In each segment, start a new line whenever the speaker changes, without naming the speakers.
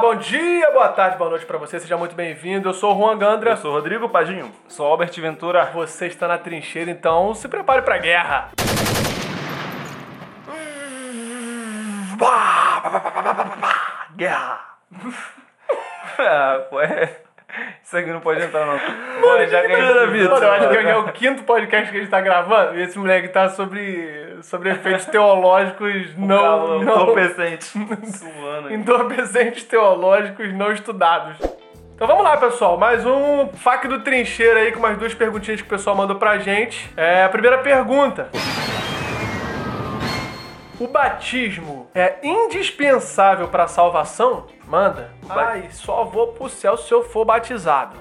bom dia, boa tarde, boa noite pra você. Seja muito bem-vindo. Eu sou o Juan Gandra.
Eu sou Rodrigo Paginho. Sou Albert Ventura.
Você está na trincheira, então se prepare pra guerra.
Guerra! ah, pô, é... Isso aqui não pode entrar, não. Bora, já ganhei
Mano,
tudo.
eu acho que é o quinto podcast que a gente tá gravando e esse moleque tá sobre, sobre efeitos teológicos não,
Calma,
não
entorpecente. Suando. aí.
entorpecentes teológicos não estudados. Então vamos lá, pessoal. Mais um FAQ do Trincheira aí com umas duas perguntinhas que o pessoal mandou pra gente. É, a primeira pergunta. O batismo é indispensável pra salvação? Manda.
ba-
Ai, só vou pro céu se eu for batizado.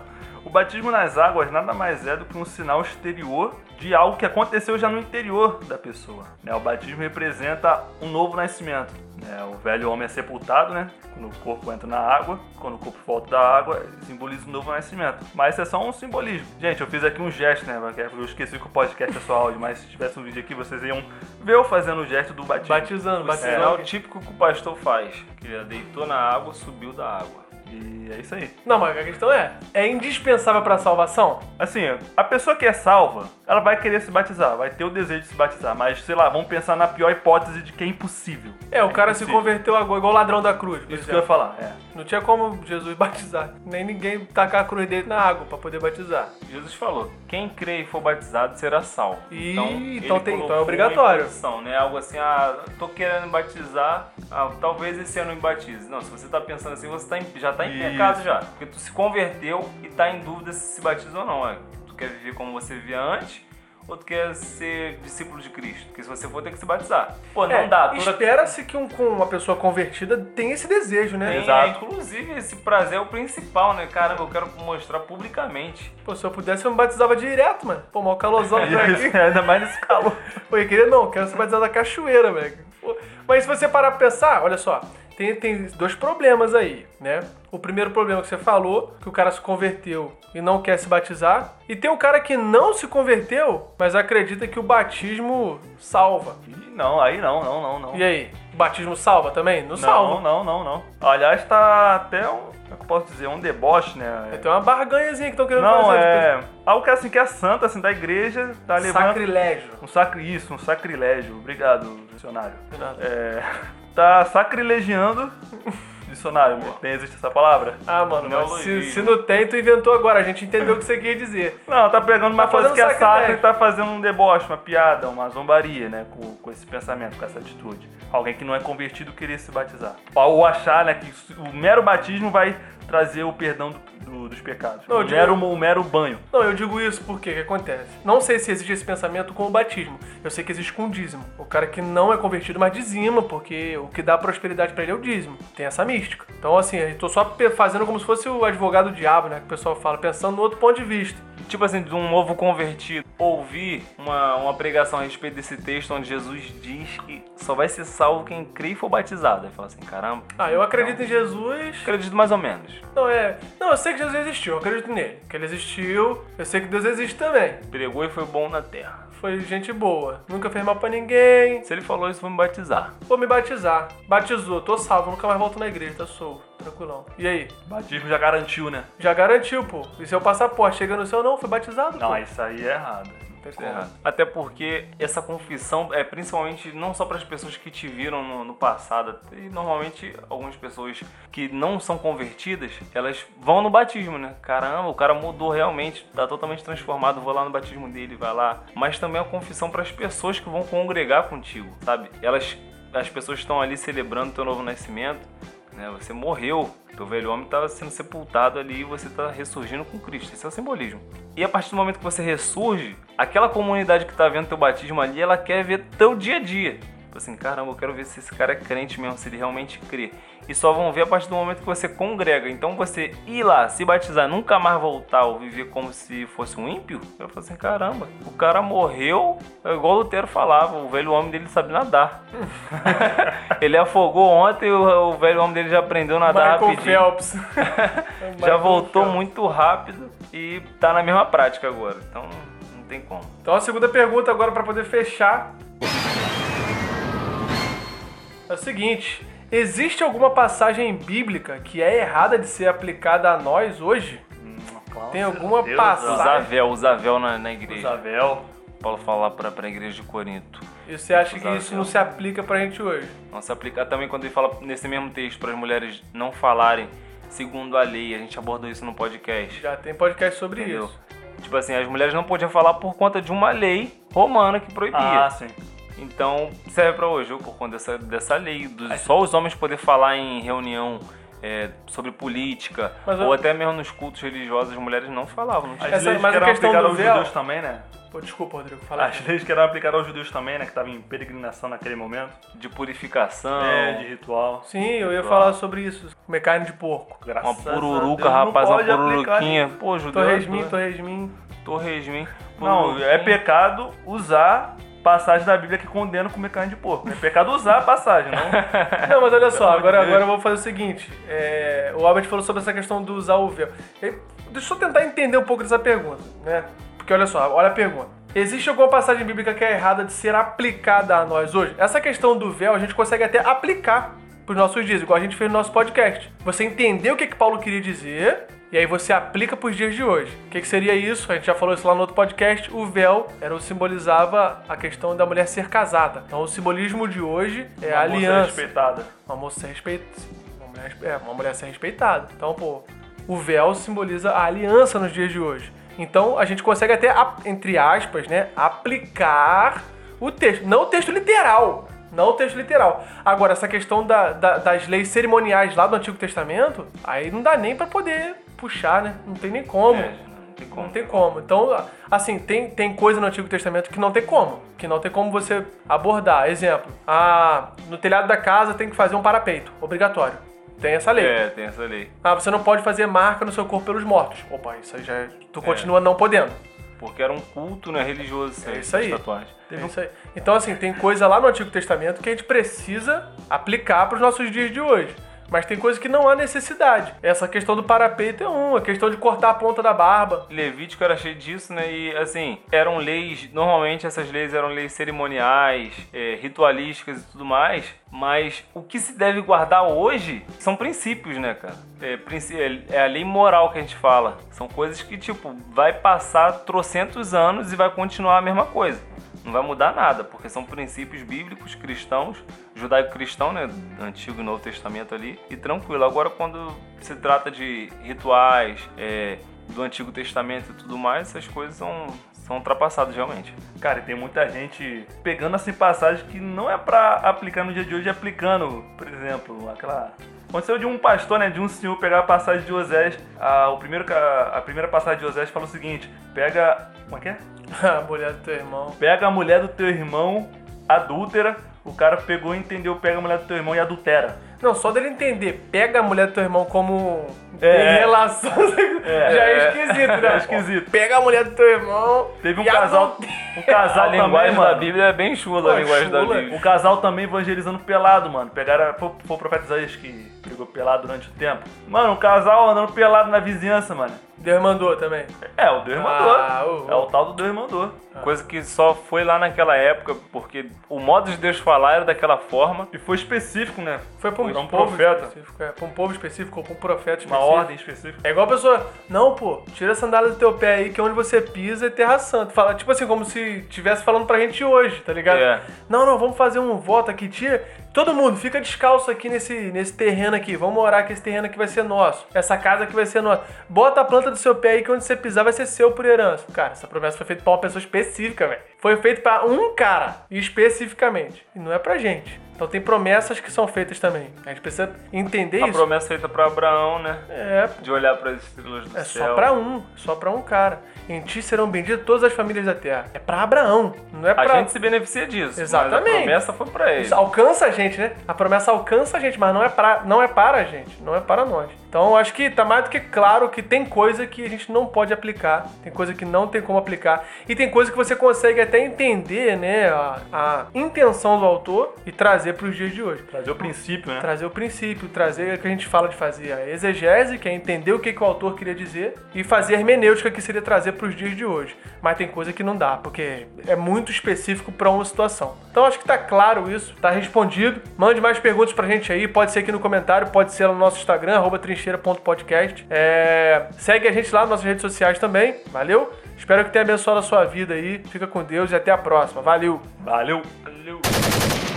O batismo nas águas nada mais é do que um sinal exterior de algo que aconteceu já no interior da pessoa. né? O batismo representa um novo nascimento. né? O velho homem é sepultado, né? Quando o corpo entra na água, quando o corpo volta da água, simboliza um novo nascimento. Mas isso é só um simbolismo. Gente, eu fiz aqui um gesto, né? Porque Eu esqueci que o podcast é só áudio, mas se tivesse um vídeo aqui, vocês iam ver eu fazendo o gesto do batismo. É,
Batizando,
O sinal
batizando.
típico que o pastor faz, que já deitou na água, subiu da água.
E é isso aí.
Não, mas a questão é: é indispensável pra salvação?
Assim, a pessoa que é salva, ela vai querer se batizar, vai ter o desejo de se batizar, mas sei lá, vamos pensar na pior hipótese de que é impossível.
É, o cara se
impossível.
converteu agora, igual o ladrão da cruz. por
Isso que eu
exemplo.
ia falar, é.
Não tinha como Jesus batizar, nem ninguém tacar a cruz dele na água pra poder batizar.
Jesus falou: quem crê e for batizado será salvo.
Ih,
ele
então tem- então é
colocou uma
obrigatório.
imposição, né? Algo assim, ah, tô querendo batizar, ah, talvez esse ano eu me batize. Não, se você tá pensando assim, você tá em- já tá em
Isso.
pecado já. Porque tu se converteu e tá em dúvida se se batiza ou não. é. Tu quer viver como você vivia antes? Ou tu quer ser discípulo de Cristo? Porque se você for, tem que se batizar. Pô, não
É,
dá. Toda
Espera-se que um- com uma pessoa convertida tem esse desejo, né?
Tem,
Exato.
é, inclusive, esse prazer é o principal, né? Caramba, eu quero mostrar publicamente.
Pô, se eu pudesse, eu me batizava direto, mano. Pô, mal calorzão que tá aqui.
Isso, ainda mais nesse calor.
Pô, eu queria não, quero ser batizado da cachoeira, velho. Pô, Mas se você parar pra pensar, olha só, tem, tem dois problemas aí, né? O primeiro problema que você falou, que o cara se converteu e não quer se batizar. E tem o cara que não se converteu, mas acredita que o batismo salva.
Ih, não, aí não, não, não, não.
E aí, o batismo salva também? Não,
não,
salva.
não, não, não. Aliás, tá até um, como é que eu posso dizer, um deboche, né?
É, Tem uma barganhazinha que estão querendo
Não,
fazer.
é algo que assim que é santo, assim, da igreja, tá
tipo,
levando
Sacrilégio.
um sacri isso, um sacrilégio. Obrigado, dicionário.
De nada.
É, tá sacrilegiando. Dicionário, tem, existe essa palavra?
Ah, mano, mas se,
Neologismo.
se não tem, tu inventou agora. A gente entendeu o que você queria dizer.
Não, tá pegando uma
Tá
coisa
fazendo
que é sacra e
sacrilégio.
tá fazendo um deboche, uma piada, uma zombaria, né? Com, com esse pensamento, com essa atitude. Alguém que não é convertido querer se batizar. Ou achar, né, que isso- o mero batismo vai trazer o perdão do- do- dos pecados.
Não, eu
o,
digo-
mero, o mero banho.
Não, eu digo isso porque o que acontece? Não sei se existe esse pensamento com o batismo. Eu sei que existe com o dízimo. O cara que não é convertido, mas dizima, porque o que dá prosperidade pra ele é o dízimo. Tem essa mística. Então, assim, eu tô só pe- fazendo como se fosse o advogado do diabo, né? Que o pessoal fala, pensando no outro ponto de vista.
Tipo assim, de um novo convertido. Ouvir uma, uma pregação a respeito desse texto onde Jesus diz que só vai ser salvo quem crê e for batizado. Aí fala assim, caramba. então,
Ah, eu acredito em Jesus.
Acredito mais ou menos.
Não, é. Não, eu sei que Jesus existiu, eu acredito nele. Que ele existiu, eu sei que Deus existe também.
Pregou e foi bom na terra.
Foi gente boa. Nunca fez mal pra ninguém.
Se ele falou isso, vou me batizar.
Vou me batizar. Batizou, tô salvo, nunca mais volto na igreja, tá solto, tranquilão. E aí?
Batismo já garantiu, né?
Já garantiu, pô. E seu passaporte chega no seu não, foi batizado,
Não,
pô.
isso aí é errado.
Tem como.
Errado. Até porque essa confissão é principalmente não só para as pessoas que te viram no, no passado, e normalmente algumas pessoas que não são convertidas, elas vão no batismo, né? Caramba, o cara mudou realmente, tá totalmente transformado, vou lá no batismo dele, vai lá. Mas também é uma confissão para as pessoas que vão congregar contigo, sabe? Elas as pessoas estão ali celebrando teu novo nascimento, né? Você morreu, teu velho homem estava sendo sepultado ali e você está ressurgindo com Cristo. Esse é o simbolismo. E a partir do momento que você ressurge, aquela comunidade que está vendo teu batismo ali, ela quer ver teu dia a dia. Tipo assim, caramba, eu quero ver se esse cara é crente mesmo, se ele realmente crê. E só vão ver a partir do momento que você congrega. Então você ir lá, se batizar, nunca mais voltar ou viver como se fosse um ímpio, eu falo assim, caramba, o cara morreu, é igual o Lutero falava, o velho homem dele sabe nadar. Ele afogou ontem, o, o velho homem dele já aprendeu a
Michael
nadar Tá rapidinho.
Phelps.
Já voltou
muito.
muito rápido e tá na mesma prática agora. Então não tem como.
Então a segunda pergunta agora pra poder fechar é o seguinte: Existe alguma passagem bíblica que é errada de ser aplicada a nós hoje? Tem alguma
certeza.
Usar
passagem?
véu, usar véu na, na igreja.
Isabel.
Paulo fala pra, pra igreja de Corinto.
E você acha que
Usar
isso
véu.
não se aplica pra gente hoje?
Não se aplica também quando ele fala nesse mesmo texto para as mulheres não falarem segundo a lei. A gente abordou isso no podcast.
Já tem podcast sobre
Entendeu?
isso.
Tipo assim, as mulheres não podiam falar por conta de uma lei romana que proibia.
Ah, sim.
Então, serve pra hoje, por conta dessa, dessa lei, dos- só os homens poder falar em reunião é, sobre política,
Mas
ou
eu-
até mesmo nos cultos religiosos, as mulheres não falavam. Não tinha.
As
Essa-
leis
mas
que
a
eram
questão
aplicadas
do
aos
véu-
judeus também, né?
Pô, desculpa, Rodrigo, fala
As leis Ah, que eram aplicadas aos judeus também, né? Que estavam em peregrinação naquele momento.
De purificação,
É, de ritual.
Sim, eu ia falar sobre isso. Comer carne de porco.
uma
Graças
pururuca,
a Deus, não
rapaz, uma
pode aplicar
pururuquinha. Pô, judeu. é
Torresmin, torresmin.
Torresmin.
Não,
pururuquinha.
é pecado usar passagem da Bíblia que condena comer carne de porco. É pecado usar a passagem, não?
Não, mas olha só,
amor de
agora,
Deus.
agora eu vou fazer o seguinte. é, o Albert falou sobre essa questão do usar o véu. Ele- Deixa eu tentar entender um pouco dessa pergunta, né? Porque olha só, olha a pergunta. Existe alguma passagem bíblica que é errada de ser aplicada a nós hoje? Essa questão do véu a gente consegue até aplicar pros nossos dias, igual a gente fez no nosso podcast. Você entendeu o que, que Paulo queria dizer, e aí você aplica pros dias de hoje. O que, que seria isso? A gente já falou isso lá no outro podcast. O véu era o simbolizava a questão da mulher ser casada. Então o simbolismo de hoje é
Uma
a
moça
aliança
respeitada.
uma moça ser respeitada. Uma mulher, respe- é, uma mulher ser respeitada. Então, pô, o véu simboliza a aliança nos dias de hoje. Então, a gente consegue até, ap- entre aspas, né, aplicar o texto. Não o texto literal. Não o texto literal. Agora, essa questão da- da- das leis cerimoniais lá do Antigo Testamento, aí não dá nem pra poder puxar, né? Não tem nem como.
É, não tem como.
Não tem como. Então, assim, tem, tem coisa no Antigo Testamento que não tem como. Que não tem como você abordar. Exemplo, ah, no telhado da casa tem que fazer um parapeito. Obrigatório. Tem essa lei.
É, tem essa lei.
Ah, você não pode fazer marca no seu corpo pelos mortos. Opa, isso aí já. é- Tu continua não podendo.
Porque era um culto, né, religioso.
É
essas-
isso aí.
essas tatuagens.
É isso aí. Então, assim, tem coisa lá no Antigo Testamento que a gente precisa aplicar para os nossos dias de hoje. Mas tem coisa que não há necessidade. Essa questão do parapeito é uma, a questão de cortar a ponta da barba.
Levítico era cheio disso, né? E assim, eram leis, normalmente essas leis eram leis cerimoniais, é, ritualísticas e tudo mais, mas o que se deve guardar hoje são princípios, né, cara? É, princ- é- é a lei moral que a gente fala. São coisas que, tipo, vai passar trocentos anos e vai continuar a mesma coisa. Não vai mudar nada, porque são princípios bíblicos, cristãos, judaico-cristão, né? Antigo e Novo Testamento ali, e tranquilo. Agora, quando se trata de rituais, é, do Antigo Testamento e tudo mais, essas coisas são, são ultrapassadas realmente.
Cara, e tem muita gente pegando assim passagem que não é pra aplicar no dia de hoje, aplicando, por exemplo, aquela. Aconteceu de um pastor, né? De um senhor pegar a passagem de Osés. A, o primeiro, ca- a primeira passagem de Osés fala o seguinte: pega. Como é que é?
Ah, mulher do teu irmão.
Pega a mulher do teu irmão, adúltera. O cara pegou e entendeu: pega a mulher do teu irmão e adultera.
Não, só dele entender, pega a mulher do teu irmão como
É.
em relação. já é esquisito, né?
É esquisito.
Pega a mulher do teu irmão.
Teve um
e a
casal.
do-
Um casal
A
também,
linguagem da
mano.
Bíblia é bem chula,
Pô,
a linguagem da
chula.
Bíblia.
O casal também evangelizando pelado, mano. Pegaram. Foi, foi o profeta Isaías que pegou pelado durante o tempo. Mano, o casal andando pelado na vizinhança, mano.
Deus mandou também.
É, o Deus
Ah,
mandou.
o-
É o tal do Deus mandou.
Coisa que só foi lá naquela época, porque o modo de Deus falar era daquela forma.
E foi específico, né?
Foi pra um,
Foi um
povo
profeta.
específico, é, pra um povo específico ou pra um profeta
Uma
específico.
ordem específica.
É igual a pessoa, não, pô, tira a sandália do teu pé aí, que onde você pisa é terra santa. Fala, tipo assim, como se estivesse falando pra gente hoje, tá ligado?
É.
Não, não, vamos fazer um voto aqui, tira. Todo mundo, fica descalço aqui nesse, nesse terreno aqui. Vamos orar que esse terreno aqui vai ser nosso. Essa casa aqui vai ser nossa. Bota a planta do seu pé aí, que onde você pisar vai ser seu por herança. Cara, essa promessa foi feita pra uma pessoa específica, velho. Foi feita pra um cara, especificamente. E não é pra gente. Então tem promessas que são feitas também. A gente precisa entender
A
isso.
promessa feita pra Abraão, né?
É, pô.
De olhar para as estrelas do
É
céu.
só pra um, só pra um cara. Em ti serão benditas todas as famílias da terra. É pra Abraão, não é
A
pra.
gente se beneficia disso. Mas
Exatamente.
a promessa foi pra ele.
Isso alcança a gente, né? A promessa alcança a gente, mas não é, pra, não é para a gente, não é para nós. Então eu acho que tá mais do que claro que tem coisa que a gente não pode aplicar, tem coisa que não tem como aplicar, e tem coisa que você consegue até entender, né, a, a intenção do autor e trazer para os dias de hoje.
é
Trazer o princípio,
Uhum.
né?
Trazer o princípio, trazer o que a gente fala de fazer a exegese, que é entender o que, que o autor queria dizer, e fazer a hermenêutica, que seria trazer para os dias de hoje. Mas tem coisa que não dá, porque é muito específico para uma situação. Então acho que tá claro isso, tá respondido. Mande mais perguntas pra gente aí, pode ser aqui no comentário, pode ser lá no nosso Instagram, arroba trincheira.podcast. É, Segue a gente lá nas nossas redes sociais também, valeu? Espero que tenha abençoado a sua vida aí. Fica com Deus e até a próxima. Valeu!
Valeu!
Valeu.